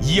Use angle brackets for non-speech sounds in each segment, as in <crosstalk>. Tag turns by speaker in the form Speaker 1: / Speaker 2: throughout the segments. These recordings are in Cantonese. Speaker 1: 以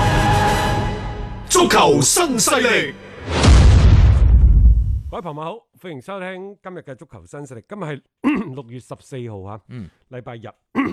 Speaker 1: 足球新勢力，
Speaker 2: 位，各位朋友好，歡迎收聽今日嘅足球新勢力。今日係 <clears throat> 六月十四號嚇，嗯，禮拜日。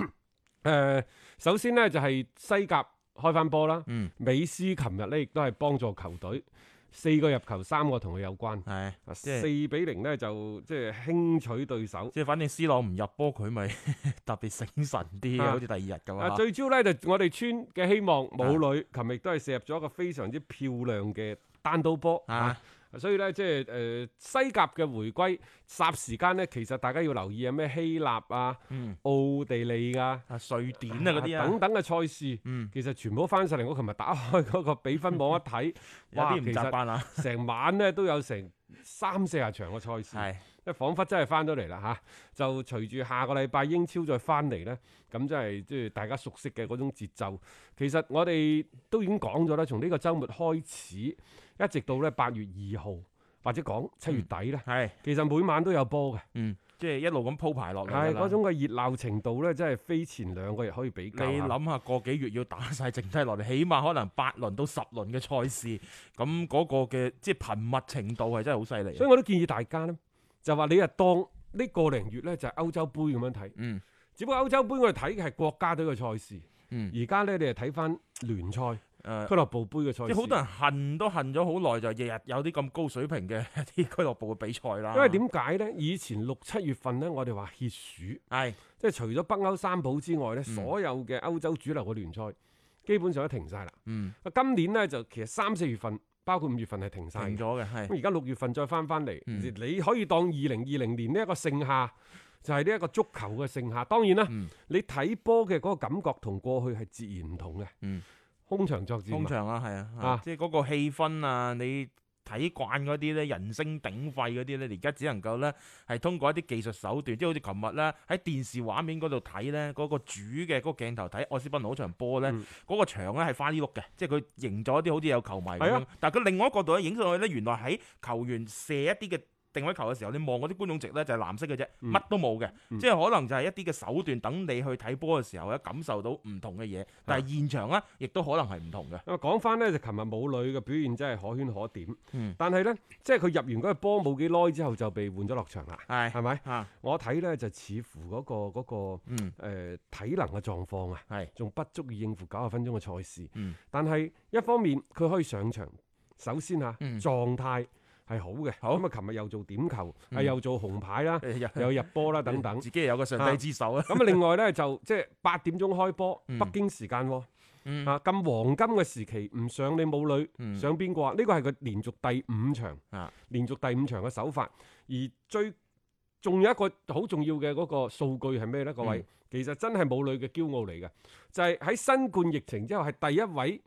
Speaker 2: <clears throat> 誒，首先呢，就係西甲開翻波啦。嗯，美斯琴日呢亦都係幫助球隊四個入球，三個同佢有關。
Speaker 3: 係，
Speaker 2: 啊
Speaker 3: 即
Speaker 2: 四
Speaker 3: 係
Speaker 2: 比零呢，就即係輕取對手。
Speaker 3: 即係反正 C 朗唔入波，佢咪 <laughs> 特別醒神啲嘅，
Speaker 2: 啊
Speaker 3: 好似第二日咁
Speaker 2: 啊！
Speaker 3: 啊。
Speaker 2: 最主要呢，就我哋村嘅希望母女，琴日亦都係射入咗一個非常之漂亮嘅單刀波啊
Speaker 3: 啊！
Speaker 2: 所以呢，即係誒、呃西甲嘅回歸，霎時間呢，其實大家要留意啊，咩希臘啊、
Speaker 3: 嗯
Speaker 2: 奧地利啊、
Speaker 3: 啊瑞典啊嗰啲
Speaker 2: 等
Speaker 3: 啊，
Speaker 2: 等嘅賽事，
Speaker 3: 嗯，
Speaker 2: 其實全部都翻晒嚟。我琴日打開嗰個比分網一睇，
Speaker 3: <laughs> 有
Speaker 2: 哇！
Speaker 3: 啲唔
Speaker 2: 其
Speaker 3: 習
Speaker 2: 實
Speaker 3: 慣啊。
Speaker 2: 成晚呢都有成三四十場嘅賽事。
Speaker 3: 係，
Speaker 2: 即係彷彿真係翻咗嚟啦嚇，就隨住下個禮拜英超再翻嚟呢，咁真係即係大家熟悉嘅嗰種節奏。其實我哋都已經講咗啦，從呢個週末開始，一直到呢八月二號或者講七
Speaker 3: 嗯
Speaker 2: 月底呢，
Speaker 3: 係，
Speaker 2: 其實每晚都有波嘅。
Speaker 3: 嗯，即係一路咁鋪排落嚟㗎
Speaker 2: 係
Speaker 3: 啦
Speaker 2: 嗰種嘅熱鬧程度呢，真係非前兩個月可以比較下。
Speaker 3: 你諗下，個幾月要打晒剩低落嚟，起碼可能八輪到十輪嘅賽事，咁嗰個嘅即係頻密程度係真係好犀利啊
Speaker 2: 所。以我都建議大家呢，就話你啊當呢個零月呢，就係歐洲杯咁樣睇。
Speaker 3: 嗯
Speaker 2: 只不過歐洲杯我哋睇嘅係國家隊嘅賽事，
Speaker 3: 嗯，
Speaker 2: 而家呢，你係睇翻聯賽。
Speaker 3: 誒
Speaker 2: 俱樂部杯嘅賽
Speaker 3: 即
Speaker 2: 事。
Speaker 3: 係好多人恨都恨咗好耐，就日日有啲咁高水平嘅啲俱樂部嘅比賽啦。
Speaker 2: 因為點解呢？以前六七月份呢，我哋話歇暑，
Speaker 3: 係
Speaker 2: 即係除咗北歐三寶之外呢，
Speaker 3: 嗯
Speaker 2: 所有嘅歐洲主流嘅聯賽基本上都停晒啦。
Speaker 3: 嗯
Speaker 2: 今年呢，就其實三四月份，包括五月份係停晒
Speaker 3: 停
Speaker 2: 嘅。
Speaker 3: 咗嘅係
Speaker 2: 咁而家六月份再翻翻嚟，
Speaker 3: 嗯
Speaker 2: 你可以當二零二零年呢一個盛夏。就係呢一個足球嘅盛夏，當然啦，
Speaker 3: 嗯
Speaker 2: 你睇波嘅嗰個感覺同過去係截然唔同嘅，
Speaker 3: 嗯
Speaker 2: 空場作戰
Speaker 3: 通
Speaker 2: 嘛，
Speaker 3: 常啊，係啊，
Speaker 2: 啊
Speaker 3: 啊即係嗰個氣氛啊，你睇慣嗰啲咧，人聲鼎沸嗰啲咧，而家只能夠咧係通過一啲技術手段，即係好似琴日咧喺電視畫面嗰度睇咧，嗰、個主嘅嗰個鏡頭睇愛斯賓奴嗰場波咧，嗰、
Speaker 2: 嗯
Speaker 3: 個場咧係花呢碌嘅，即係佢贏咗啲好似有球迷咁
Speaker 2: 係啊
Speaker 3: 樣，但係佢另外一個角度咧影上去咧，原來喺球員射一啲嘅。定位球嘅時候，你望嗰啲觀眾席咧就係藍色嘅啫，乜、
Speaker 2: 嗯
Speaker 3: 都冇嘅，
Speaker 2: 嗯
Speaker 3: 即係可能就係一啲嘅手段，等你去睇波嘅時候咧感受到唔同嘅嘢，但
Speaker 2: 啊
Speaker 3: 係現場咧亦都可能係唔同嘅。
Speaker 2: 咁啊，講翻呢，就琴日母女嘅表現真係可圈可點，
Speaker 3: 嗯
Speaker 2: 但係呢，即係佢入完嗰個波冇幾耐之後就被換咗落場啦，係
Speaker 3: 係
Speaker 2: 咪？
Speaker 3: 吓，
Speaker 2: 我睇呢，就似乎嗰、個嗰、個
Speaker 3: 嗯
Speaker 2: 呃體能嘅狀況啊，
Speaker 3: 係
Speaker 2: 仲不足以應付九十分鐘嘅賽事。
Speaker 3: 嗯
Speaker 2: 但係一方面佢可以上場，首先嚇、啊
Speaker 3: 嗯
Speaker 2: 狀態係好嘅。
Speaker 3: 好
Speaker 2: 咁啊，琴日又做點球，啊
Speaker 3: 嗯
Speaker 2: 又做紅牌
Speaker 3: <laughs>
Speaker 2: 啦，
Speaker 3: 誒有
Speaker 2: 又入波
Speaker 3: <laughs>
Speaker 2: 啦等等。
Speaker 3: 自己有個上帝之手啊，
Speaker 2: 咁啊，另外呢，就即係八點鐘開波，
Speaker 3: 嗯
Speaker 2: 北京時間喎、
Speaker 3: 嗯
Speaker 2: 啊咁黃金嘅時期唔上你母女，
Speaker 3: 嗯
Speaker 2: 上邊個啊？呢個係佢連續第五場，
Speaker 3: 啊
Speaker 2: 連續第五場嘅手法。而最仲有一個好重要嘅嗰個數據係咩呢？各位，
Speaker 3: 嗯
Speaker 2: 其實真係母女嘅驕傲嚟嘅，就係、喺新冠疫情之後係第一位，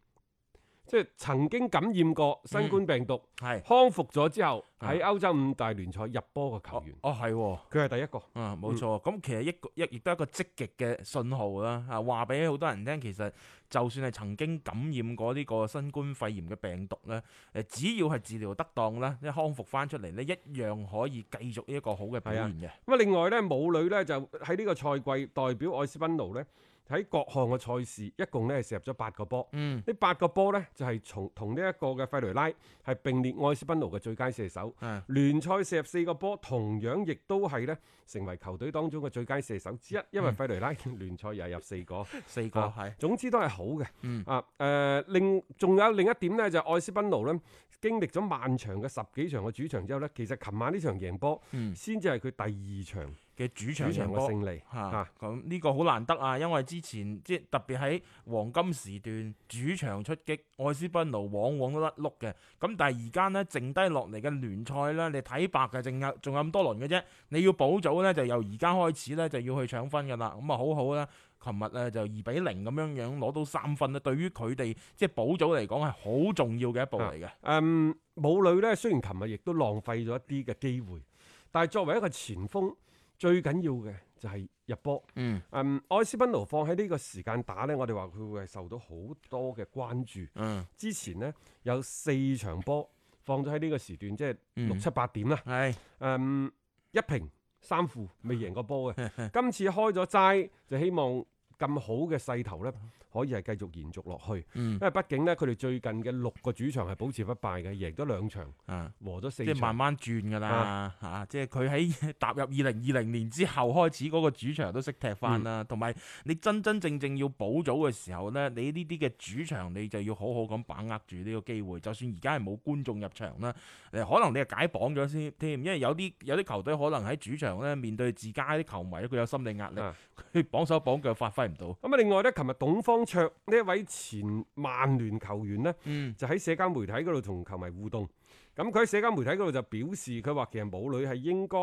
Speaker 2: 即係曾經感染過新冠病毒、
Speaker 3: 係
Speaker 2: 康復咗之後
Speaker 3: 啊
Speaker 2: 喺歐洲五大聯賽入波嘅球員，
Speaker 3: 哦係喎，
Speaker 2: 佢係、第一個。
Speaker 3: 啊冇錯，咁其實一個一亦都係一個積極嘅信號啦，啊話俾好多人聽，其實就算係曾經感染過呢個新冠肺炎嘅病毒咧，誒只要係治療得當啦，即係康復翻出嚟咧，一樣可以繼
Speaker 2: 啊
Speaker 3: 續呢一個好嘅表現
Speaker 2: 咁
Speaker 3: 嘅，
Speaker 2: 啊，另外咧，母女咧就喺呢個賽季代表愛斯賓奴咧，喺各項嘅賽事一共咧係射入咗八個波。
Speaker 3: 嗯，
Speaker 2: 呢八個波呢，就係從同呢一個嘅費雷拉係並列愛斯賓奴嘅最佳射手，
Speaker 3: 係
Speaker 2: 聯賽射入四個波，同樣亦都係呢成為球隊當中嘅最佳射手之一，因為
Speaker 3: 嗯
Speaker 2: 費雷拉 <laughs> 聯賽又係入四個，
Speaker 3: 四個
Speaker 2: 啊
Speaker 3: 哦係
Speaker 2: 總之都係好嘅。
Speaker 3: 嗯
Speaker 2: 啊誒、另仲有另一點呢，就係愛斯賓奴呢經歷咗漫長嘅十幾場嘅主場之後呢，其實琴晚呢場贏波
Speaker 3: 嗯
Speaker 2: 先至係佢第二場
Speaker 3: 嘅主場
Speaker 2: 主場
Speaker 3: 贏
Speaker 2: 嘅
Speaker 3: 波。
Speaker 2: 勝利
Speaker 3: 嚇
Speaker 2: 啊
Speaker 3: 咁呢個好難得啊！因為之前即係特別喺黃金時段主場出擊，愛斯賓奴往往都甩碌嘅。咁但係而家呢，剩低落嚟嘅聯賽呢，你睇白嘅，淨有仲有咁多輪嘅啫。你要補組呢，就由而家開始呢，就要去搶分㗎啦。咁啊，好好啦。琴日呢，就二比零咁樣樣攞到三分咧，對於佢哋即係補組嚟講係好重要嘅一步嚟嘅。
Speaker 2: 誒嗯母女咧，雖然琴日亦都浪費咗一啲嘅機會，但係作為一個前鋒，最緊要嘅就係入波。
Speaker 3: 嗯，
Speaker 2: 嗯，愛斯賓奴放喺呢個時間打呢，我哋話佢會係受到好多嘅關注。
Speaker 3: 嗯，
Speaker 2: 之前呢，有四場波放咗喺呢個時段，即係六
Speaker 3: 嗯
Speaker 2: 七八點啦。
Speaker 3: 係
Speaker 2: 誒嗯一平三負未贏過波
Speaker 3: <laughs>
Speaker 2: 嘅，今次開咗齋就希望咁好嘅勢頭呢，可以係繼續延續落去。
Speaker 3: 嗯
Speaker 2: 因為畢竟呢，佢哋最近嘅六個主場係保持不敗嘅，贏咗兩場，
Speaker 3: 啊。
Speaker 2: 和咗四
Speaker 3: 即
Speaker 2: 場。
Speaker 3: 係慢慢轉㗎啦
Speaker 2: 啊
Speaker 3: 嚇，啊即係佢喺 <laughs> 踏入二零二零年之後開始嗰個主場都識踢翻
Speaker 2: 嗯
Speaker 3: 啦，同埋、你真真正正要補組嘅時候呢，你呢啲嘅主場你就要好好咁把握住呢個機會。就算而家係冇觀眾入場啦，誒可能你係解綁咗先添，因為有啲有啲球隊可能喺主場呢面對自家啲球迷，佢有心理壓力，
Speaker 2: 啊
Speaker 3: 佢綁手綁腳發揮唔到。
Speaker 2: 咁啊，另外呢，琴日董方卓呢一位前曼聯球員呢，
Speaker 3: 嗯
Speaker 2: 就喺社交媒體嗰度同球迷互動。咁佢喺社交媒體嗰度就表示，佢話其實母女係應該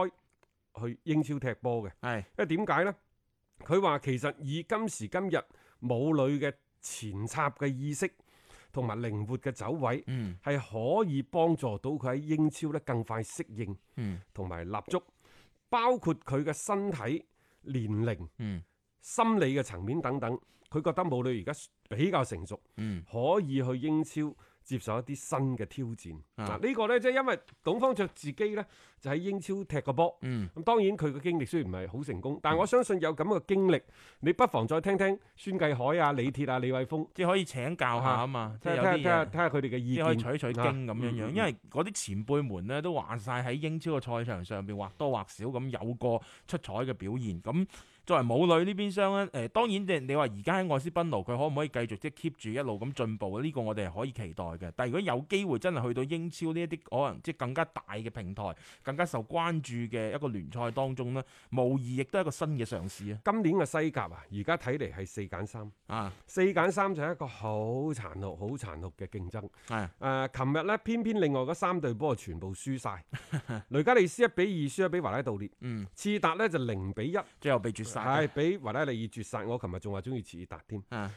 Speaker 2: 去英超踢波嘅。
Speaker 3: 係
Speaker 2: 因為點解呢？佢話其實以今時今日母女嘅前插嘅意識同埋靈活嘅走位，
Speaker 3: 嗯
Speaker 2: 係可以幫助到佢喺英超咧更快適應
Speaker 3: 嗯
Speaker 2: 同埋立足，包括佢嘅身體、年齡、
Speaker 3: 嗯
Speaker 2: 心理嘅層面等等。佢覺得母女而家比較成熟，
Speaker 3: 嗯
Speaker 2: 可以去英超接受一啲新嘅挑戰。嗱、
Speaker 3: 啊
Speaker 2: 呢個呢，即係因為董方卓自己呢，就喺英超踢過波。
Speaker 3: 嗯
Speaker 2: 咁當然佢嘅經歷雖然唔係好成功，但我相信有咁嘅經歷，你不妨再聽聽孫繼海啊、李鐵啊、李偉峰，
Speaker 3: 即係可以請教下啊嘛，即係
Speaker 2: 睇
Speaker 3: 有
Speaker 2: 下
Speaker 3: 啲
Speaker 2: 睇下
Speaker 3: 嘢
Speaker 2: 睇。下佢哋嘅意
Speaker 3: 即係可以
Speaker 2: 見。
Speaker 3: 取取經
Speaker 2: 啊
Speaker 3: 咁樣樣，
Speaker 2: 嗯嗯
Speaker 3: 因為嗰啲前輩們咧都話晒喺英超嘅賽場上邊或多或少咁有過出彩嘅表現。咁作為母女呢邊廂咧，誒、當然即係你話而家喺愛斯賓奴佢可唔可以繼續即係 keep 住一路咁進步呢、個我哋係可以期待嘅。但係如果有機會真係去到英超呢一啲可能即係更加大嘅平台、更加受關注嘅一個聯賽當中呢，無疑亦都係一個新嘅嘗試啊！
Speaker 2: 今年嘅西甲啊，而家睇嚟係四揀三，
Speaker 3: 啊，
Speaker 2: 四揀三就係一個好殘酷、好殘酷嘅競爭。誒、呃
Speaker 3: 係
Speaker 2: 琴日呢，偏偏另外嗰三隊波全部輸
Speaker 3: <laughs>
Speaker 2: 晒。雷加利斯一比二輸咗俾華拉道列，
Speaker 3: 嗯，
Speaker 2: 次達呢就零比一，
Speaker 3: 最後被絕殺嘅
Speaker 2: 係俾華拉利爾絕殺。我琴日仲話中意次達添。
Speaker 3: 啊，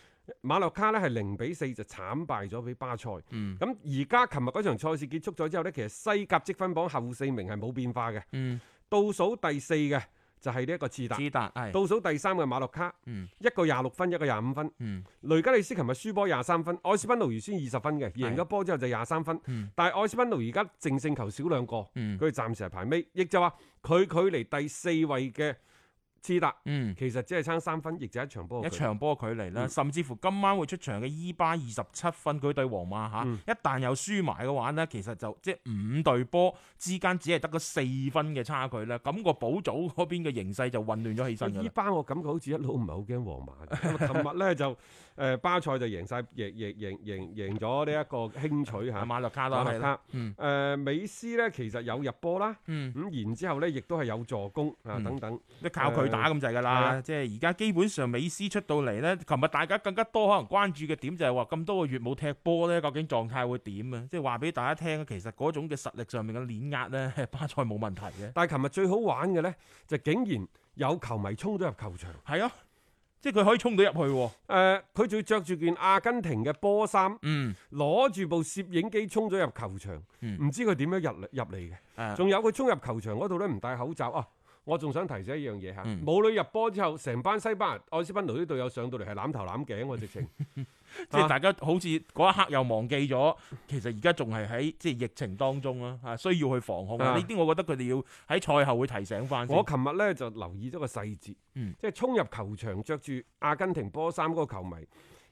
Speaker 2: 馬洛卡呢係零比四就慘敗咗俾巴塞。咁
Speaker 3: 嗯
Speaker 2: 而家琴日嗰場賽事結束咗之後呢，其實西甲積分榜後四名係冇變化嘅，
Speaker 3: 嗯，
Speaker 2: 倒數第四嘅就係呢一個次達，
Speaker 3: 知達係
Speaker 2: 倒數第三嘅馬洛卡，
Speaker 3: 嗯
Speaker 2: 一個廿六分，一個廿五分。
Speaker 3: 嗯
Speaker 2: 雷加利斯琴日輸波廿三分，愛斯賓奴原先二十分嘅，贏咗波之後就廿三分。
Speaker 3: 嗯
Speaker 2: 但係愛斯賓奴而家淨勝球少兩個，
Speaker 3: 嗯
Speaker 2: 佢哋暫時係排尾，亦就話佢距離第四位嘅次達
Speaker 3: 嗯。
Speaker 2: 其實只係差三分，亦就係一場波嘅
Speaker 3: 一
Speaker 2: 距離嗯
Speaker 3: 場波距離啦，甚至乎今晚會出場嘅伊巴二十七分，佢對皇馬嚇，
Speaker 2: 嗯
Speaker 3: 一旦有輸埋嘅話呢，其實就即係五隊波之間只係得個四分嘅差距啦，咁個補組嗰邊嘅形勢就混亂咗起身㗎
Speaker 2: 伊
Speaker 3: 啦。
Speaker 2: 巴我感覺好似一路唔係好驚皇馬
Speaker 3: <laughs>
Speaker 2: 嘅，因為琴日咧就誒、巴塞就贏晒，贏贏贏贏贏咗呢一個輕取
Speaker 3: 阿
Speaker 2: 嚇
Speaker 3: 馬略卡啦，
Speaker 2: 馬
Speaker 3: 係
Speaker 2: 洛
Speaker 3: 啦，
Speaker 2: 卡。
Speaker 3: 嗯
Speaker 2: 誒、美斯咧其實有入波啦，
Speaker 3: 嗯，
Speaker 2: 咁然之後咧亦都係有助攻啊
Speaker 3: 嗯
Speaker 2: 等等。
Speaker 3: 都靠佢打咁滯㗎
Speaker 2: 係
Speaker 3: 啦。
Speaker 2: 啊
Speaker 3: 即係而家基本上美斯出到嚟呢，琴日大家更加多可能關注嘅點就係話咁多個月冇踢波呢，究竟狀態會點啊？即係話俾大家聽，其實嗰種嘅實力上面嘅碾壓呢，巴塞冇問題嘅。
Speaker 2: 但係琴日最好玩嘅呢，就竟然有球迷衝咗入球場。誒、
Speaker 3: 係啊，即係佢可以衝到入去喎。
Speaker 2: 佢仲要着住件阿根廷嘅波衫，
Speaker 3: 嗯，
Speaker 2: 攞住部攝影機衝咗入球場，唔、
Speaker 3: 嗯
Speaker 2: 知佢點樣入嚟入嚟嘅。
Speaker 3: 誒
Speaker 2: 仲有佢衝入球場嗰度呢，唔戴口罩啊！我仲想提醒一樣嘢嚇，
Speaker 3: 嗯
Speaker 2: 母女入波之後，成班西班牙愛斯賓奴啲隊友上到嚟係攬頭攬頸喎，直情啊
Speaker 3: 即係大家好似嗰一刻又忘記咗，其實而家仲係喺即係疫情當中啦，啊需要去防控啊！
Speaker 2: 啊
Speaker 3: 呢啲我覺得佢哋要喺賽後會提醒翻先
Speaker 2: 我。琴日咧就留意咗個細節，
Speaker 3: 嗯
Speaker 2: 即係衝入球場着住阿根廷波衫嗰個球迷，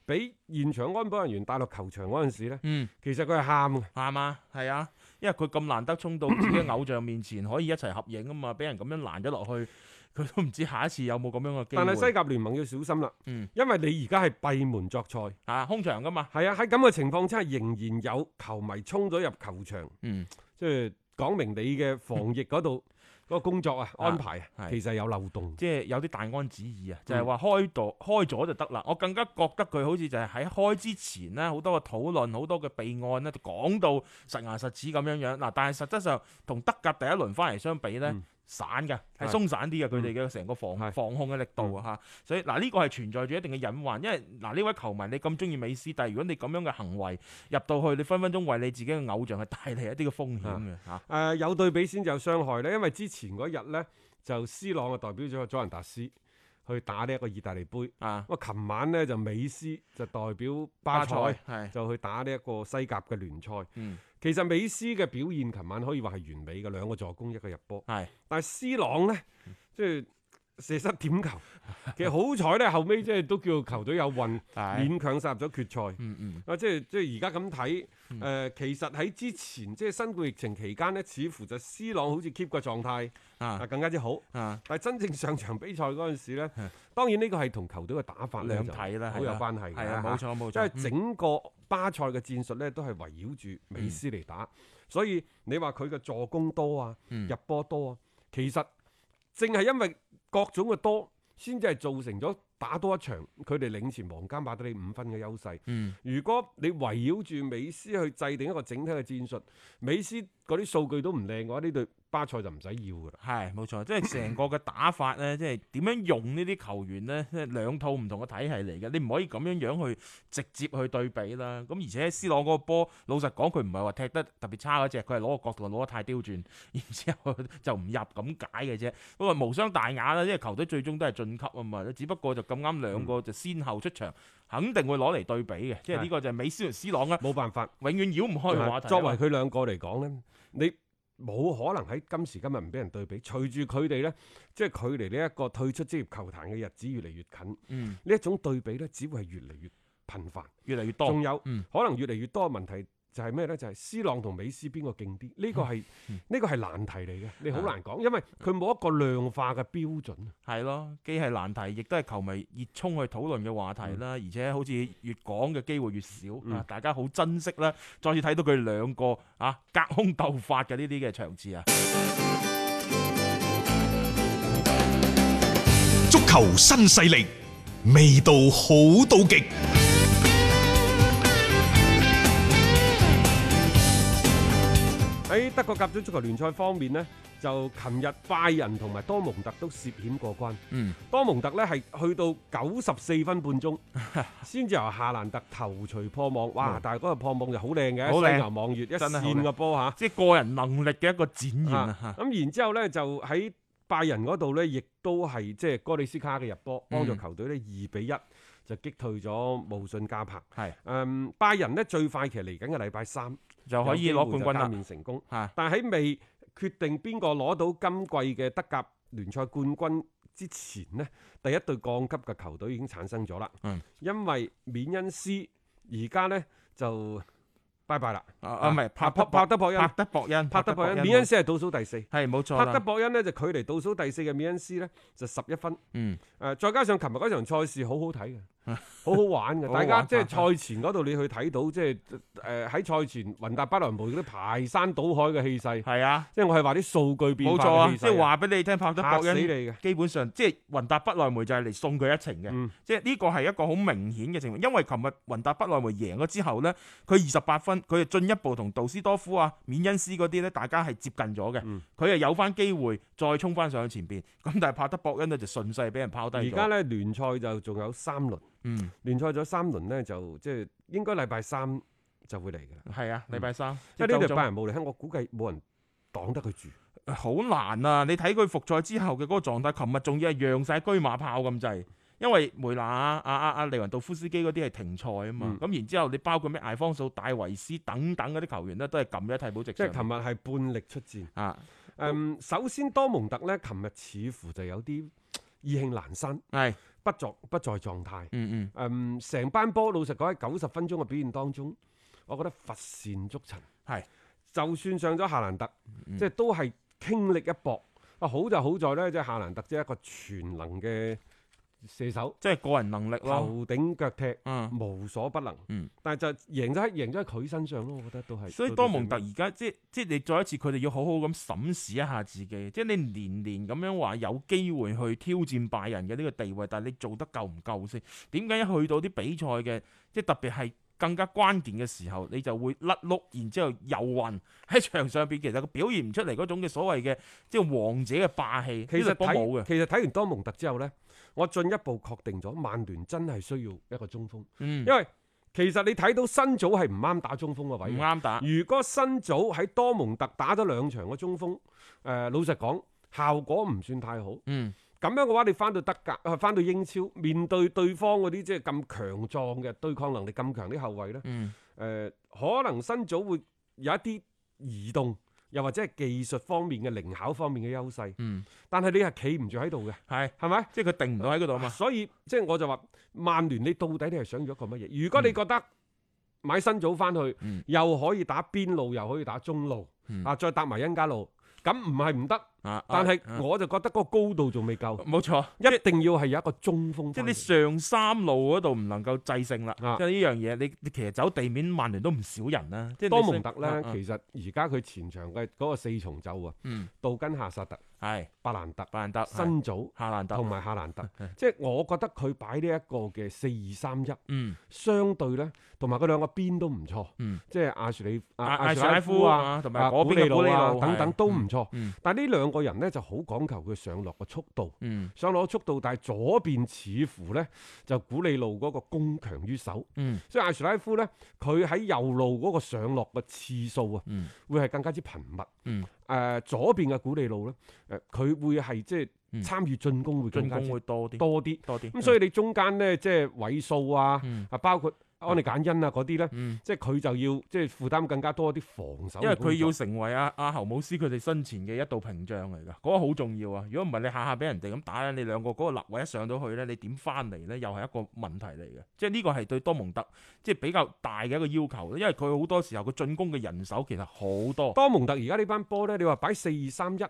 Speaker 2: 俾現場安保人員帶落球場嗰陣時咧，
Speaker 3: 嗯，
Speaker 2: 其實佢係喊嘅。
Speaker 3: 啱啊，係啊，因為佢咁難得衝到自己嘅偶像面前，可以一齊合影啊嘛，俾人咁樣攔咗落去，佢都唔知下一次有冇咁樣嘅機
Speaker 2: 但係西
Speaker 3: 會。
Speaker 2: 甲聯盟要小心啦，
Speaker 3: 嗯
Speaker 2: 因為你而家係閉門作賽，
Speaker 3: 啊，空場噶嘛。
Speaker 2: 係啊，喺咁嘅情況之下，仍然有球迷衝咗入球場，
Speaker 3: 嗯，
Speaker 2: 即係講明你嘅防疫嗰
Speaker 3: <laughs>
Speaker 2: 度嗰個工作啊
Speaker 3: 啊
Speaker 2: 安排啊，
Speaker 3: 係
Speaker 2: 其實有漏洞。
Speaker 3: 即係有啲大安旨意啊，
Speaker 2: 嗯
Speaker 3: 就係話開到開咗就得啦。我更加覺得佢好似就係喺開之前呢，好多嘅討論，好多嘅備案呢，就講到實牙實齒咁樣樣。嗱，但係實質上同德甲第一輪翻嚟相比呢。
Speaker 2: 嗯
Speaker 3: 散嘅係
Speaker 2: 係
Speaker 3: 鬆散啲嘅，佢哋嘅成個防
Speaker 2: 係嗯
Speaker 3: 防控嘅力度啊嚇，所以嗱呢個係存在住一定嘅隱患，因為嗱呢位球迷你咁中意美斯，但係如果你咁樣嘅行為入到去，你分分鐘為你自己嘅偶像係帶嚟一啲嘅風險嘅嚇。
Speaker 2: 誒、有對比先至有傷害咧，因為之前嗰日咧就 C 朗啊代表咗祖雲達斯去打呢一個意大利杯，
Speaker 3: 啊，
Speaker 2: 咁啊琴晚咧就美斯就代表巴塞
Speaker 3: 係
Speaker 2: 就去打呢一個西甲嘅聯賽。
Speaker 3: 嗯
Speaker 2: 其實美斯嘅表現琴晚可以話係完美嘅，兩個助攻一個入波。
Speaker 3: 係
Speaker 2: 但係 C 朗咧，即係射失點
Speaker 3: <laughs>
Speaker 2: 球，其實好彩咧後尾即係都叫球隊有運，
Speaker 3: 係
Speaker 2: 勉強殺入咗決賽。
Speaker 3: 嗯嗯。
Speaker 2: 啊，即係即係而家咁睇，誒、呃
Speaker 3: 嗯
Speaker 2: 其實喺之前即係新冠疫情期間呢，似乎就 C 朗好似 keep 個狀態啊
Speaker 3: 啊
Speaker 2: 更加之好。
Speaker 3: 啊，
Speaker 2: 但係真正上場比賽嗰陣時
Speaker 3: <laughs>
Speaker 2: 咧
Speaker 3: 係，
Speaker 2: 當然呢個係同球隊嘅打法呢
Speaker 3: 兩
Speaker 2: 就
Speaker 3: 睇啦，
Speaker 2: 好
Speaker 3: 係
Speaker 2: 有
Speaker 3: 啦
Speaker 2: 關係嘅
Speaker 3: 係啊，冇錯冇
Speaker 2: 因為
Speaker 3: 錯，嗯
Speaker 2: 整個巴塞嘅戰術呢，都係圍繞住美斯嚟打，所以你話佢嘅助攻多啊，
Speaker 3: 嗯
Speaker 2: 入波多啊，其實正係因為各種嘅多，先至係造成咗打多一場，佢哋領前皇家馬德里五分嘅優勢。
Speaker 3: 嗯
Speaker 2: 如果你圍繞住美斯去制定一個整體嘅戰術，美斯嗰啲數據都唔靚嘅話，呢隊巴塞就唔使要噶啦。
Speaker 3: 係冇錯，
Speaker 2: <coughs>
Speaker 3: 即係成個嘅打法咧，即係點樣用呢啲球員咧，即係兩套唔同嘅體系嚟嘅，你唔可以咁樣樣去直接去對比啦。咁而且 C 朗嗰個波，老實講佢唔係話踢得特別差嗰只，佢係攞個角度攞得太刁轉， <laughs> 然之後就唔入咁解嘅啫。不過無傷大雅啦，因為球隊最終都係晉級啊嘛，只不過就咁啱兩
Speaker 2: 嗯
Speaker 3: 個就先後出場，肯定會攞嚟對比嘅，即係呢個就係美斯同 C 朗啦，
Speaker 2: 冇辦法，
Speaker 3: 永遠繞唔開嘅話題啊嘛。
Speaker 2: 作為佢兩個嚟講呢，你冇可能喺今時今日唔俾人對比。隨住佢哋呢，即係距離呢一個退出職業球壇嘅日子越嚟越近，
Speaker 3: 嗯
Speaker 2: 呢一種對比呢，只會係越嚟越頻繁。
Speaker 3: 越嚟越多。
Speaker 2: 仲有
Speaker 3: 嗯
Speaker 2: 可能越嚟越多嘅問題就係咩呢？就係 C 朗同美斯邊個勁啲？呢個係呢個係難題嚟嘅，你好難講，因為佢冇一個量化嘅標準。啊
Speaker 3: 係咯，既係難題，亦都係球迷熱衷去討論嘅話題啦。而且好似越講嘅機會越少，
Speaker 2: 嗯
Speaker 3: 啊，大家好珍惜啦。再次睇到佢哋兩個啊隔空鬥法嘅呢啲嘅
Speaker 2: <laughs>
Speaker 3: 場次啊。
Speaker 1: 足球新勢力，味道好到極。
Speaker 2: 喺德國甲組足球聯賽方面呢，就琴日拜仁同埋多蒙特都涉險過關。
Speaker 3: 嗯，
Speaker 2: 多蒙特呢係去到九十四分半
Speaker 3: <laughs>
Speaker 2: 鐘，先至由夏蘭特頭槌破網。哇！但係嗰個破網就好靚嘅，
Speaker 3: 嗯好靚
Speaker 2: 犀牛望月一
Speaker 3: 真係好
Speaker 2: 線嘅波嚇。
Speaker 3: 即係個人能力嘅一個展現
Speaker 2: 啊
Speaker 3: 啊。嚇
Speaker 2: 咁然之後呢，就喺拜仁嗰度呢，亦都係即係哥里斯卡嘅入波，
Speaker 3: 嗯
Speaker 2: 幫助球隊呢二比一就擊退咗慕遜加柏。
Speaker 3: 係
Speaker 2: 誒，拜仁呢最快其實嚟緊嘅禮拜三
Speaker 3: 就可以
Speaker 2: 有機會
Speaker 3: 攞
Speaker 2: 就
Speaker 3: 冠
Speaker 2: 加
Speaker 3: 軍啦。
Speaker 2: 冕成功。
Speaker 3: 嚇
Speaker 2: 但喺未決定邊個攞到今季嘅德甲聯賽冠軍之前呢，第一隊降級嘅球隊已經產生咗啦。
Speaker 3: 嗯
Speaker 2: 因為緬恩斯而家呢就拜拜啦，
Speaker 3: 啊啊唔係帕
Speaker 2: 帕帕
Speaker 3: 帕
Speaker 2: 德博
Speaker 3: 帕
Speaker 2: 恩，
Speaker 3: 德博恩，
Speaker 2: 帕德博恩，緬恩斯係倒數第四。
Speaker 3: 係冇錯
Speaker 2: 帕德
Speaker 3: 啦。
Speaker 2: 博恩呢，就距離倒數第四嘅緬恩斯呢，就十一分，誒、
Speaker 3: 嗯，
Speaker 2: 再加上琴日嗰場賽事好好睇嘅，
Speaker 3: <laughs>
Speaker 2: 好好玩嘅，大
Speaker 3: 好好玩
Speaker 2: 家即係賽前嗰度你去睇到，即係誒喺賽前雲達不萊梅嗰啲排山倒海嘅氣勢，
Speaker 3: 係啊，
Speaker 2: 即係我係話啲數據變
Speaker 3: 冇
Speaker 2: 化
Speaker 3: 錯啊。
Speaker 2: 嘅氣
Speaker 3: 即
Speaker 2: 勢
Speaker 3: 係話俾你聽，帕德
Speaker 2: 嚇
Speaker 3: 博
Speaker 2: 死你
Speaker 3: 恩。
Speaker 2: 嘅。
Speaker 3: 基本上即係雲達不萊梅就係嚟送佢一程嘅，
Speaker 2: 嗯
Speaker 3: 即係呢個係一個好明顯嘅情況。因為琴日雲達不萊梅贏咗之後呢，佢二十八分，佢就進一步同杜斯多夫啊、緬恩斯嗰啲呢，大家係接近咗嘅，
Speaker 2: 嗯
Speaker 3: 佢係有翻機會再衝翻上去前邊。咁但係帕德博恩呢，就順勢俾人拋低
Speaker 2: 而
Speaker 3: 咗。
Speaker 2: 家咧聯賽就仲有三輪，
Speaker 3: 嗯，
Speaker 2: 聯賽咗三輪呢，就即係應該禮拜三就會嚟㗎啦。
Speaker 3: 係啊，禮拜三，
Speaker 2: 嗯因為呢
Speaker 3: 周
Speaker 2: 隊
Speaker 3: 中
Speaker 2: 拜仁慕尼黑，我估計冇人擋得佢住。
Speaker 3: 好難啊！你睇佢復賽之後嘅嗰個狀態，琴日仲要係讓晒車馬炮咁滯，因為梅拿啊啊啊啊利雲道夫斯基嗰啲係停賽啊
Speaker 2: 嗯
Speaker 3: 嘛，咁、然之後你包括咩艾方素、戴維斯等等嗰啲球員咧，都係撳咗喺替補席
Speaker 2: 即係
Speaker 3: 上
Speaker 2: 琴日係半力出戰。
Speaker 3: 啊
Speaker 2: 誒、首先多蒙特咧，琴日似乎就有啲意興闌珊，
Speaker 3: 係
Speaker 2: 不作不在狀態。
Speaker 3: 嗯嗯。
Speaker 2: 誒、成班波老實講喺九十分鐘嘅表現當中，我覺得乏善足陳。
Speaker 3: 係，嗯
Speaker 2: 就算上咗夏蘭特，即係都係傾力一搏。啊，好就好在咧，即係夏蘭特即係一個全能嘅射手，
Speaker 3: 即係個人能力咯。
Speaker 2: 頭頂腳踢。
Speaker 3: 嗯，
Speaker 2: 無所不能，
Speaker 3: 嗯
Speaker 2: 但係就贏咗喺贏咗喺佢身上咯，我覺得都係。
Speaker 3: 所以
Speaker 2: 到
Speaker 3: 多
Speaker 2: 到
Speaker 3: 蒙特
Speaker 2: 最尾
Speaker 3: 而家即即係你再一次，佢哋要好好咁審視一下自己。即係你年年咁樣話有機會去挑戰拜仁嘅呢個地位，但係你做得夠唔夠先？點解一去到啲比賽嘅，即係特別係更加關鍵嘅時候，你就會甩碌，然之後遊魂喺場上邊，其實佢表現唔出嚟嗰種嘅所謂嘅即係王者嘅霸氣，
Speaker 2: 其實
Speaker 3: 都冇
Speaker 2: 睇
Speaker 3: 嘅。
Speaker 2: 其實睇完多蒙特之後呢，我進一步確定咗曼聯真係需要一個中鋒，
Speaker 3: 嗯
Speaker 2: 因，為其實你睇到新組係唔啱打中鋒嘅位
Speaker 3: 唔
Speaker 2: 嘅。
Speaker 3: 啱打。
Speaker 2: 如果新組喺多蒙特打咗兩場嘅中鋒，誒、老實講效果唔算太好。
Speaker 3: 嗯，
Speaker 2: 咁樣嘅話，你翻到德甲，啊翻到英超，面對對方嗰啲即係咁強壯嘅對抗能力咁強啲後衞呢，誒、
Speaker 3: 嗯
Speaker 2: 可能新組會有一啲移動，又或者係技術方面嘅靈巧方面嘅優勢，
Speaker 3: 嗯，
Speaker 2: 但係你係企唔住喺度嘅，
Speaker 3: 係，
Speaker 2: 係咪？
Speaker 3: 即係佢定唔到喺嗰度啊嘛。
Speaker 2: 所以即係我就話，曼聯你到底你係想要一個乜嘢？如果你覺得買新組翻去，
Speaker 3: 嗯
Speaker 2: 又可以打邊路，又可以打中路，
Speaker 3: 嗯
Speaker 2: 啊，再搭埋恩加路，咁唔係唔得。
Speaker 3: 啊，
Speaker 2: 但係
Speaker 3: 啊
Speaker 2: 我就覺得嗰個高度仲未夠，
Speaker 3: 冇錯。
Speaker 2: 一定要係有一個中鋒
Speaker 3: 即
Speaker 2: 翻
Speaker 3: 係你
Speaker 2: 嚟。
Speaker 3: 上三路嗰度唔能夠制勝啦，
Speaker 2: 啊
Speaker 3: 即係呢樣嘢，你你其實走地面曼聯都唔少人啦，即係你
Speaker 2: 多蒙特
Speaker 3: 啊
Speaker 2: 呢，
Speaker 3: 啊
Speaker 2: 其實而家佢前場嘅嗰個四重奏啊，
Speaker 3: 嗯
Speaker 2: 杜根夏薩特、
Speaker 3: 係
Speaker 2: 巴蘭特、
Speaker 3: 拜仁特、係
Speaker 2: 新組
Speaker 3: 夏蘭
Speaker 2: 同
Speaker 3: 特，嗯
Speaker 2: 埋夏蘭
Speaker 3: <laughs>
Speaker 2: 特，即係我覺得佢擺呢一個嘅四二三一。
Speaker 3: 嗯
Speaker 2: 相對咧，同埋佢兩個邊都唔錯，
Speaker 3: 嗯
Speaker 2: 即係阿什利、阿
Speaker 3: 阿
Speaker 2: 阿
Speaker 3: 阿
Speaker 2: 什
Speaker 3: 什
Speaker 2: 拉
Speaker 3: 拉
Speaker 2: 夫
Speaker 3: 夫
Speaker 2: 啊，
Speaker 3: 啊，同埋
Speaker 2: 啊
Speaker 3: 嗰
Speaker 2: 古
Speaker 3: 邊嘅古
Speaker 2: 路
Speaker 3: 利
Speaker 2: 啊
Speaker 3: 路
Speaker 2: 等等都唔
Speaker 3: 係
Speaker 2: 錯。
Speaker 3: 嗯
Speaker 2: 但係呢兩個人咧就好講求佢上落嘅速度，
Speaker 3: 嗯
Speaker 2: 上落嘅速度，但係左邊似乎咧就古利路嗰個攻強於守，
Speaker 3: 嗯
Speaker 2: 所以阿什拉夫咧佢喺右路嗰個上落嘅次數啊，
Speaker 3: 嗯
Speaker 2: 會係更加之頻密。
Speaker 3: 嗯
Speaker 2: 誒、左邊嘅古利路咧，誒佢會係即係
Speaker 3: 嗯
Speaker 2: 參與進攻會更
Speaker 3: 進
Speaker 2: 加
Speaker 3: 攻
Speaker 2: 之
Speaker 3: 會多啲，
Speaker 2: 多啲。
Speaker 3: 多啲。
Speaker 2: 咁所以你中間咧，即係位數啊，
Speaker 3: 嗯
Speaker 2: 啊包括安利簡恩啊嗰啲咧，
Speaker 3: 嗯
Speaker 2: 即係佢就要即係負擔更加多啲防守
Speaker 3: 因為
Speaker 2: 嘅工作，
Speaker 3: 佢要成為阿阿侯姆斯佢哋身前嘅一道屏障嚟㗎，嗰、個好重要啊！如果唔係你下下俾人哋咁打咧，你兩個嗰個立位一上到去咧，你點翻嚟咧，又係一個問題嚟嘅。即係呢個係對多蒙特即係比較大嘅一個要求，因為佢好多時候佢進攻嘅人手其實好多，
Speaker 2: 多蒙特而家呢班波咧，你話擺四二三一，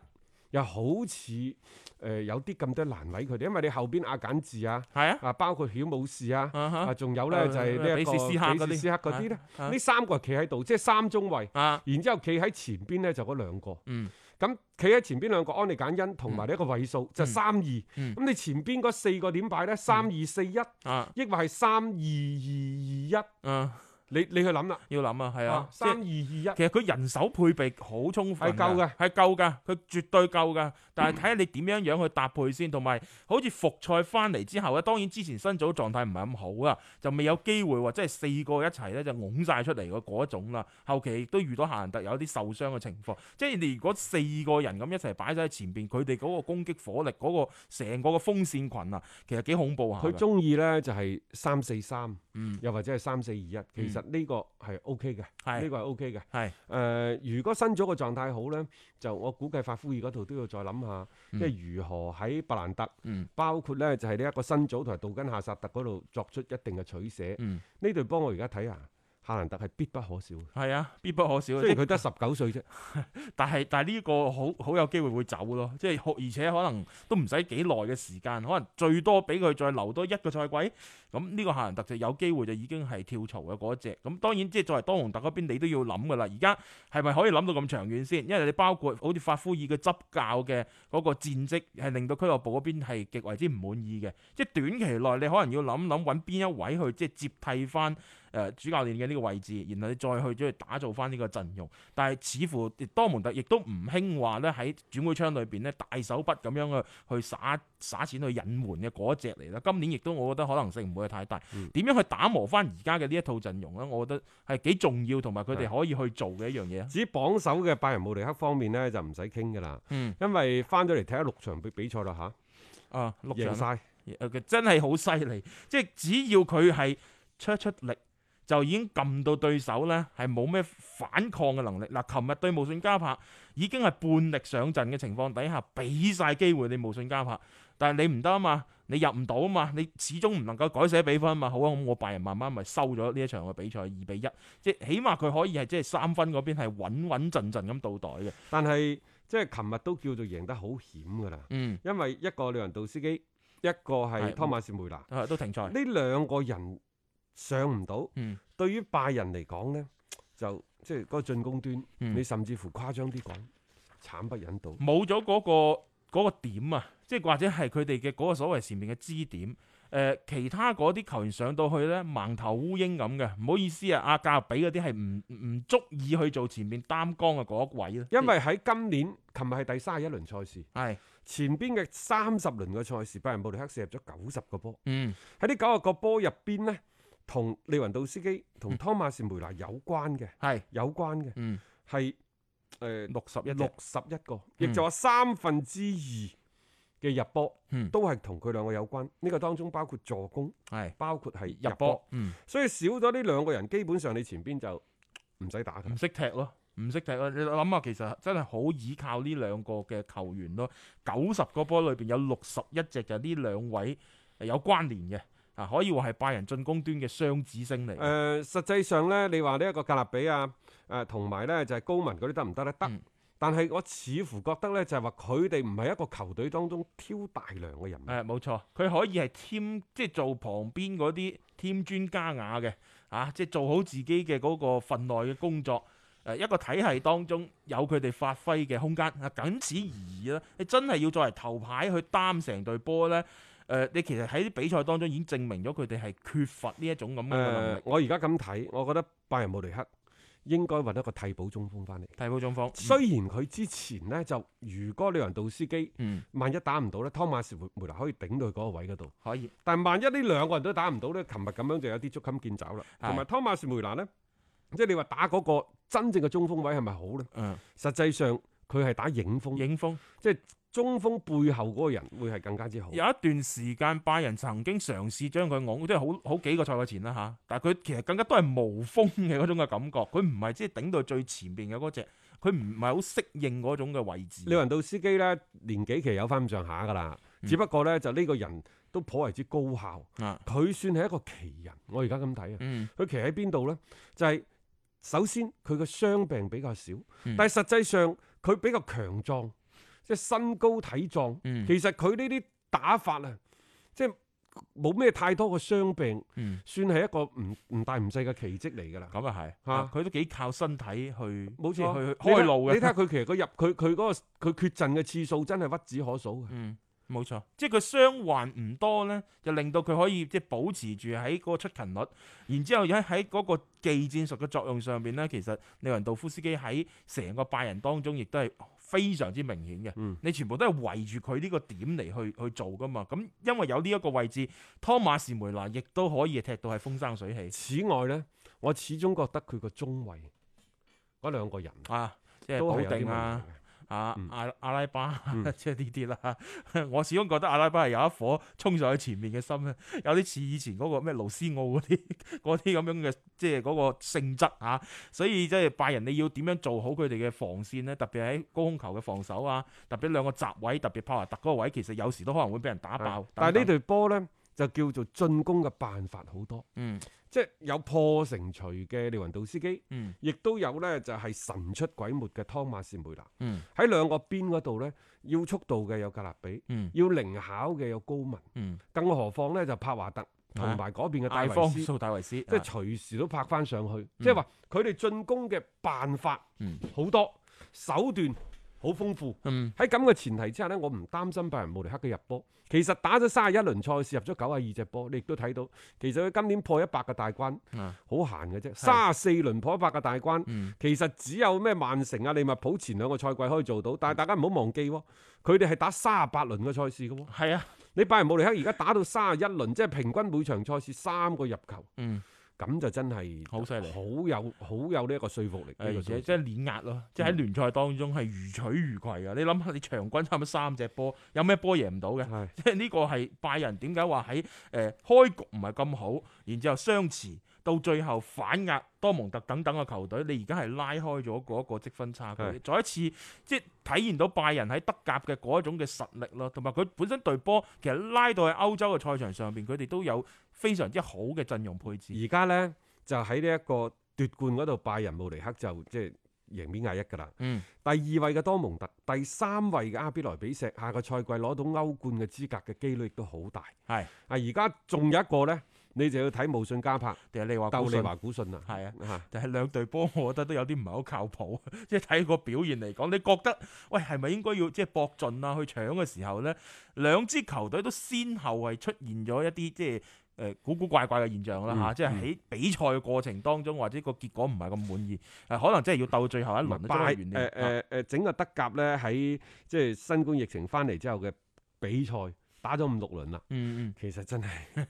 Speaker 2: 又好似誒、呃有啲咁多難為佢哋，因為你後邊阿簡治啊，
Speaker 3: 係啊，
Speaker 2: 啊包括曉姆士啊，
Speaker 3: 啊哈
Speaker 2: 啊仲有咧就係呢一個
Speaker 3: 比斯斯克嗰啲
Speaker 2: 比斯斯克嗰啲咧，
Speaker 3: 啊
Speaker 2: 呢三個係企喺度，即係三中衞。
Speaker 3: 啊，
Speaker 2: 然之後企喺前邊咧就嗰兩個，
Speaker 3: 嗯
Speaker 2: 咁企喺前邊兩個安利簡恩同埋呢一個位數就三二，
Speaker 3: 嗯
Speaker 2: 咁你前邊嗰四個點擺咧？三二四一，
Speaker 3: 啊
Speaker 2: 抑或係三二二二一？
Speaker 3: 啊，
Speaker 2: 你你去諗啦，
Speaker 3: 要諗啊，係啊
Speaker 2: 啊，
Speaker 3: 即係
Speaker 2: 三二二一，
Speaker 3: 其實佢人手配備好充分，
Speaker 2: 係夠嘅，
Speaker 3: 係夠㗎，佢絕對夠㗎。但係睇下你點樣
Speaker 2: <clears throat>
Speaker 3: 樣去搭配先，同埋好似復賽翻嚟之後咧，當然之前新組狀態唔係咁好啊，就未有機會話即係四個一齊咧就拱晒出嚟嘅嗰一種啦。後期亦都遇到夏蘭特有啲受傷嘅情況，即係你如果四個人咁一齊擺晒喺前邊，佢哋嗰個攻擊火力嗰、個成個嘅風扇群啊，其實幾恐怖下㗎。
Speaker 2: 佢中意咧就係三四三，
Speaker 3: 嗯
Speaker 2: 又或者係三四二一，其實呢個係 O K 嘅，
Speaker 3: 係
Speaker 2: 呢個係 O K 嘅。
Speaker 3: 係
Speaker 2: 誒，如果新組個狀態好咧，就我估計法夫爾嗰度都要再諗下，即
Speaker 3: 嗯
Speaker 2: 係如何喺白蘭特
Speaker 3: 嗯，
Speaker 2: 包括咧就係呢一個新組同埋杜根夏薩特嗰度作出一定嘅取捨。
Speaker 3: 嗯
Speaker 2: 呢隊波我而家睇下，夏蘭特係必不可少
Speaker 3: <laughs>
Speaker 2: 嘅。
Speaker 3: 係啊，必不可少。
Speaker 2: 雖然佢得十九歲啫，
Speaker 3: 但係但係呢個好好有機會會走咯，即係好而且可能都唔使幾耐嘅時間，可能最多俾佢再留多一個賽季，咁呢個夏蘭特就有機會就已經係跳槽嘅嗰一隻。咁當然即係作為多蒙特嗰邊，你都要諗噶啦。而家係咪可以諗到咁長遠先？因為你包括好似法夫爾嘅執教嘅嗰個戰績係令到俱樂部嗰邊係極為之唔滿意嘅。即係短期內你可能要諗諗揾邊一位去即係接替翻誒主教練嘅呢個位置，然後你再去將佢打造翻呢個陣容。但係似乎多蒙特亦都唔興話咧喺轉會窗裏邊咧大手筆咁樣去去撒撒錢去引援嘅嗰一隻嚟啦。今年亦都我覺得可能性唔會係太大。
Speaker 2: 嗯
Speaker 3: 點、樣去打磨翻而家嘅呢一套陣容咧？我覺得係幾重要，同埋佢哋可以去做嘅一樣嘢啊。
Speaker 2: 至於榜首嘅拜仁慕尼黑方面呢，就唔使傾噶啦，
Speaker 3: 嗯
Speaker 2: 因為翻咗嚟踢咗六場比比賽啦嚇，
Speaker 3: 啊，六
Speaker 2: 贏
Speaker 3: 場
Speaker 2: 晒。
Speaker 3: 誒佢真係好犀利，即係只要佢係出一出力，就已經撳到對手呢係冇咩反抗嘅能力。嗱，琴日對無信加柏已經係半力上陣嘅情況底下，俾晒機會你無信加柏，但係你唔得啊嘛，你入唔到啊嘛，你始終唔能夠改寫比分啊嘛。好啊，咁我拜仁慢慢咪收咗呢一場嘅比賽二比一，即係起碼佢可以係即係三分嗰邊係穩穩陣陣咁到袋嘅。
Speaker 2: 但係即係琴日都叫做贏得好險噶啦，
Speaker 3: 嗯，
Speaker 2: 因為一個利雲道司機，一個係
Speaker 3: 係
Speaker 2: 湯馬士梅拿，呢
Speaker 3: 啊都停賽。
Speaker 2: 兩個人上唔到。
Speaker 3: 嗯
Speaker 2: 對於拜仁嚟講呢，就即係嗰個進攻端，
Speaker 3: 嗯
Speaker 2: 你甚至乎誇張啲講，慘不忍睹。
Speaker 3: 冇咗嗰個嗰、個點啊，即係或者係佢哋嘅嗰個所謂前面嘅支點。誒、其他嗰啲球員上到去呢，盲頭烏蠅咁嘅，唔好意思啊，阿加比嗰啲係唔唔足以去做前面擔綱嘅嗰一位咯。
Speaker 2: 因為喺今年，琴日係第三十一輪賽事，
Speaker 3: 係
Speaker 2: 前邊嘅三十輪嘅賽事，拜仁慕尼黑射入咗九十個波。
Speaker 3: 嗯
Speaker 2: 喺呢九十個波入邊呢，同利雲道司機同湯馬士梅拿有關嘅，
Speaker 3: 嗯係
Speaker 2: 有關嘅
Speaker 3: 嗯
Speaker 2: 係誒
Speaker 3: 六十一
Speaker 2: 六
Speaker 3: 六
Speaker 2: 十一個，
Speaker 3: 嗯
Speaker 2: 亦就話三分之二嘅入波
Speaker 3: 嗯
Speaker 2: 都係同佢兩個有關。呢個當中包括助攻，
Speaker 3: 係
Speaker 2: 包括係
Speaker 3: 入波，嗯
Speaker 2: 所以少咗呢兩個人，基本上你前邊就唔使打㗎
Speaker 3: 唔。識踢咯。唔識踢咯，你諗下，其實真係好倚靠呢兩個嘅球員咯。九十個波裏邊有六十一隻就係呢兩位係有關聯嘅，啊可以話係拜仁進攻端嘅雙子星嚟嘅。
Speaker 2: 誒、實際上咧，你話呢一個格納比啊，誒同埋咧就係高文嗰啲得唔得咧？得，
Speaker 3: 嗯
Speaker 2: 但係我似乎覺得咧就係話佢哋唔係一個球隊當中挑大梁嘅人物。
Speaker 3: 誒冇錯，佢可以係添，即係做旁邊嗰啲添磚加瓦嘅，啊，即係做好自己嘅嗰個份內嘅工作。誒、一個體系當中有佢哋發揮嘅空間，啊，僅此而已啦。你真係要作為頭牌去擔成隊波咧，誒、你其實喺啲比賽當中已經證明咗佢哋係缺乏呢一種咁樣
Speaker 2: 誒、
Speaker 3: 嘅能力。
Speaker 2: 我而家咁睇，我覺得拜仁慕尼黑應該揾一個替補中鋒翻嚟。
Speaker 3: 替補中鋒，
Speaker 2: 雖然佢之前呢，就如果利雲道司機
Speaker 3: 嗯
Speaker 2: 萬一打唔到咧，湯馬士梅梅拿可以頂到佢嗰個位嗰度。
Speaker 3: 可以，
Speaker 2: 但係萬一呢兩個人都打唔到咧，琴日咁樣就有啲捉襟見肘啦。
Speaker 3: 係
Speaker 2: 同埋湯馬士梅拿咧，即係你話打嗰個真正嘅中鋒位係咪好咧？
Speaker 3: 嗯，
Speaker 2: 實際上佢係打影鋒，
Speaker 3: 影鋒。
Speaker 2: 中鋒背後嗰個人會係更加之好。
Speaker 3: 有一段時間，拜仁曾經嘗試將佢拱，即係好好幾個賽季前啦吓，但係佢其實更加都係無風嘅嗰種嘅感覺，佢唔係即係頂到最前邊嘅嗰只，佢唔係好適應嗰種嘅位置。
Speaker 2: 利雲道司機咧年紀其實有翻咁上下㗎啦，
Speaker 3: 嗯
Speaker 2: 只不過咧就呢個人都頗為之高效，
Speaker 3: 啊，
Speaker 2: 佢算係一個奇人。我而家咁睇啊，
Speaker 3: 嗯
Speaker 2: 佢奇喺邊度咧？就係、首先佢嘅傷病比較少，
Speaker 3: 嗯
Speaker 2: 但係實際上佢比較強壯，即係身高體壯。
Speaker 3: 嗯
Speaker 2: 其實佢呢啲打法啊，即係冇咩太多嘅傷病，
Speaker 3: 嗯，
Speaker 2: 算係一個唔唔大唔細嘅奇蹟嚟㗎啦。
Speaker 3: 咁啊係，
Speaker 2: 嚇
Speaker 3: 啊佢都幾靠身體去，冇
Speaker 2: 冇
Speaker 3: 即
Speaker 2: 錯，
Speaker 3: 係去
Speaker 2: 你睇
Speaker 3: 開路
Speaker 2: 你睇下 <laughs>
Speaker 3: 嘅。
Speaker 2: 佢其實佢入佢佢嗰個佢缺陣嘅次數真係屈指可數嘅。
Speaker 3: 嗯，冇錯，即係佢傷患唔多咧，就令到佢可以即係保持住喺嗰個出勤率，然之後喺喺嗰個技戰術嘅作用上邊咧，其實利雲道夫斯基喺成個拜仁當中亦都係非常之明顯嘅。
Speaker 2: 嗯
Speaker 3: 你全部都係圍住佢呢個點嚟去去做噶嘛。咁因為有呢一個位置，湯馬士梅拿亦都可以踢到係風生水起
Speaker 2: 此外呢，我始終覺得佢個中衞嗰兩個人
Speaker 3: 啊，即係
Speaker 2: 都係有
Speaker 3: 保
Speaker 2: 啲
Speaker 3: 定
Speaker 2: 問
Speaker 3: 啊
Speaker 2: 題。嘅
Speaker 3: 啊
Speaker 2: 嗯
Speaker 3: 阿阿拉巴，
Speaker 2: 嗯
Speaker 3: <laughs> 即係呢啲啦。我始終覺得阿拉巴係有一顆衝上去前面嘅心咧，啊有啲似以前嗰個咩勞斯奧嗰啲 <laughs> 嗰啲咁樣嘅，即係嗰個性質啊。所以即係拜仁，你要點樣做好佢哋嘅防線咧？特別喺高空球嘅防守啊，特別兩個閘位，特別帕華特嗰個位，其實有時都可能會俾人打爆
Speaker 2: 啊。但係呢
Speaker 3: 度，
Speaker 2: 隊波呢，就叫做進攻嘅辦法好多，
Speaker 3: 嗯
Speaker 2: 即係有破城除嘅利雲道司機，
Speaker 3: 嗯
Speaker 2: 亦都有呢就係神出鬼沒嘅湯馬士梅拿。
Speaker 3: 嗯
Speaker 2: 喺兩個邊嗰度呢，要速度嘅有格納比，
Speaker 3: 嗯
Speaker 2: 要靈巧嘅有高文，
Speaker 3: 嗯，啊
Speaker 2: 更何況呢就帕華特同埋嗰邊嘅戴
Speaker 3: 艾
Speaker 2: 維
Speaker 3: 方
Speaker 2: 斯。
Speaker 3: 素戴維斯，
Speaker 2: 即係
Speaker 3: 啊嗯
Speaker 2: 隨時都拍翻上去，即係話佢哋進攻嘅辦法
Speaker 3: 嗯
Speaker 2: 好多手段好豐富。
Speaker 4: 嗯
Speaker 2: 喺咁嘅前提之下呢，我唔擔心拜仁慕尼黑嘅入波。其實打咗三十一輪賽事，入咗九十二隻波，你亦都睇到，其實佢今年破一百嘅大關
Speaker 3: 啊嗯
Speaker 2: 好閒嘅啫，三十四輪破一百嘅大關，其實只有咩曼城啊、利物浦前兩個賽季可以做到，但係大家唔好忘記喎，佢哋係打三十八輪嘅賽事嘅喎。
Speaker 3: 係啊，
Speaker 2: 你拜仁慕尼黑而家打到三十一輪，即係平均每場賽事三個入球，
Speaker 3: 嗯，
Speaker 2: 咁就真係
Speaker 3: 好犀利
Speaker 2: 好有好有呢一個說服力。呢個
Speaker 3: 而
Speaker 2: 數
Speaker 3: 且
Speaker 2: 字
Speaker 3: 哎
Speaker 2: 嗯
Speaker 3: 即係碾壓咯，即係喺聯賽當中係如取如攜啊嘅。你諗下，你場均差唔多三隻波，有咩波贏唔到嘅？
Speaker 2: 係
Speaker 3: <laughs> 即係呢個係拜仁點解話喺誒開局唔係咁好，然之後相持到最後反壓多蒙特等等嘅球隊，你而家係拉開咗嗰個積分差距，
Speaker 2: 係
Speaker 3: 再一次即係體現到拜仁喺德甲嘅嗰一種嘅實力咯，同埋佢本身隊波其實拉到喺歐洲嘅賽場上邊，佢哋都有非常之好嘅陣容配置。
Speaker 2: 而家呢，就喺呢一個奪冠嗰度，拜仁慕尼黑就即係贏面壓一㗎啦。
Speaker 3: 嗯，
Speaker 2: 第二位嘅多蒙特，第三位嘅阿比萊比錫，下個賽季攞到歐冠嘅資格嘅機率亦都好大。
Speaker 3: 係
Speaker 2: 啊，而家仲有一個呢，你就要睇無信加柏
Speaker 3: 定係你話
Speaker 2: 鬥
Speaker 3: 古
Speaker 2: 利
Speaker 3: 信
Speaker 2: 華古信啦。
Speaker 3: 係啊。
Speaker 2: 啊
Speaker 3: 但係兩隊波，我覺得都有啲唔係好靠譜， <laughs> 即係睇個表現嚟講，你覺得喂係咪應該要即係搏盡啊去搶嘅時候呢，兩支球隊都先後係出現咗一啲即係。誒、古古怪怪嘅現
Speaker 2: 嗯
Speaker 3: 象啦嚇，即係喺比賽嘅過程當中，或者個結果唔係咁滿意，誒、呃可能真係要鬥最後一輪都
Speaker 2: 拜呃
Speaker 3: 完
Speaker 2: 誒
Speaker 3: 嘅。啊
Speaker 2: 誒誒，整個德甲呢，喺即係新冠疫情翻嚟之後嘅比賽打咗五六輪啦，
Speaker 3: 嗯
Speaker 2: 其實真係 <laughs>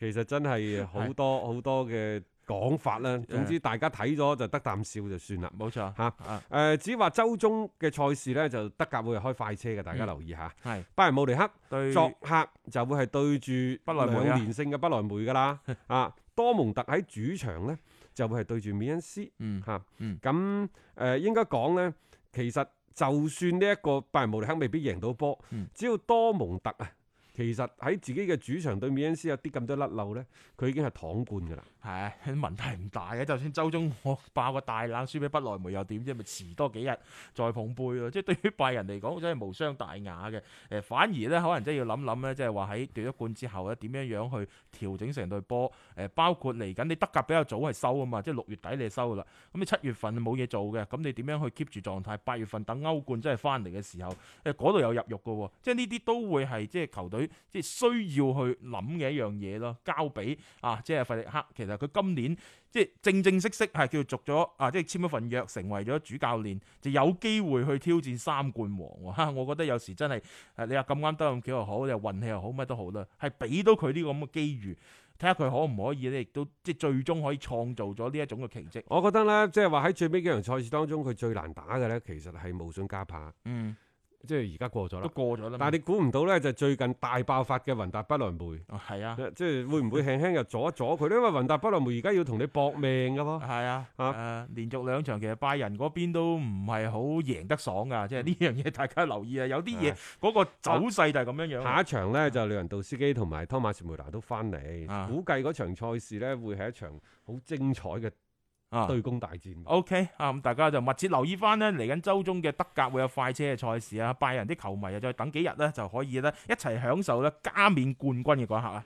Speaker 2: 其實真係好多好多嘅講法啦。
Speaker 3: 啊
Speaker 2: 總之大家睇咗就得啖笑就算啦
Speaker 3: 嗯，。冇錯
Speaker 2: 嚇
Speaker 3: 啊，
Speaker 2: 誒、只話周中嘅賽事呢，就德甲會係開快車嘅，大家留意下。
Speaker 3: 嗯係
Speaker 2: 拜仁慕尼黑
Speaker 3: 對
Speaker 2: 作客就會係對住
Speaker 3: 不萊梅啊
Speaker 2: 兩連勝嘅不萊梅噶啦。啊，多蒙特喺主場呢，就會係對住美恩斯
Speaker 3: 嗯
Speaker 2: 嚇。
Speaker 3: 嗯
Speaker 2: 咁誒、應該講呢，其實就算呢一個拜仁慕尼黑未必贏到波，
Speaker 3: 嗯
Speaker 2: 只要多蒙特啊，其實喺自己嘅主場對美恩斯有啲咁多甩漏呢，佢已經係躺冠噶啦。
Speaker 3: 係問題唔大嘅，就算周中我爆個大冷輸俾不萊梅又點啫？咪遲多幾日再捧杯咯。即係對於拜仁嚟講，真係無傷大雅嘅。誒、反而咧可能真係要諗諗咧，即係話喺奪咗冠之後咧，點樣樣去調整成隊波？誒、包括嚟緊你德甲比較早係收啊嘛，即係六月底你係收噶啦。咁你七月份冇嘢做嘅，咁你點樣去 keep 住狀態？八月份等歐冠真係翻嚟嘅時候，誒嗰度有入肉嘅喎。即係呢啲都會係即係球隊即係需要去諗嘅一樣嘢咯，交俾。啊，即係費力克，其實佢今年即係正正式式係叫做續咗啊，即係簽咗份約，成為咗主教練，就有機會去挑戰三冠王喎、哈我覺得有時真係誒，你話咁啱得咁巧又好，你話運氣又好，乜都好啦，係俾到佢呢個咁嘅機遇，睇下佢可唔可以咧，亦都即係最終可以創造咗呢一種嘅奇蹟。
Speaker 2: 我覺得呢，即係話喺最尾幾場賽事當中，佢最難打嘅呢，其實係無信加帕，
Speaker 3: 嗯，
Speaker 2: 即係而家過咗
Speaker 3: 都
Speaker 2: 啦。
Speaker 3: 過咗啦嘛。
Speaker 2: 但係你估唔到呢，就最近大爆發嘅雲達不萊梅，
Speaker 3: 啊係啊，
Speaker 2: 即係會唔會輕輕又阻一阻佢呢？因為雲達不萊梅而家要同你搏命噶喎。
Speaker 3: 係啊，誒、
Speaker 2: 啊
Speaker 3: 連續兩場其實拜仁嗰邊都唔係好贏得爽噶，
Speaker 2: 嗯
Speaker 3: 即係呢樣嘢大家留意啊。有啲嘢嗰個走勢就係咁啊樣樣。
Speaker 2: 下一場呢，就利雲道斯基同埋湯馬士梅拿都翻嚟，
Speaker 3: 啊
Speaker 2: 估計嗰場賽事呢，會係一場好精彩嘅
Speaker 3: 啊
Speaker 2: 對攻大戰。
Speaker 3: OK 啊，咁大家就密切留意翻呢。嚟緊周中嘅德甲會有快車嘅賽事啊，拜仁啲球迷啊，再等幾日呢，就可以呢一齊享受咧加冕冠軍嘅嗰一刻啊！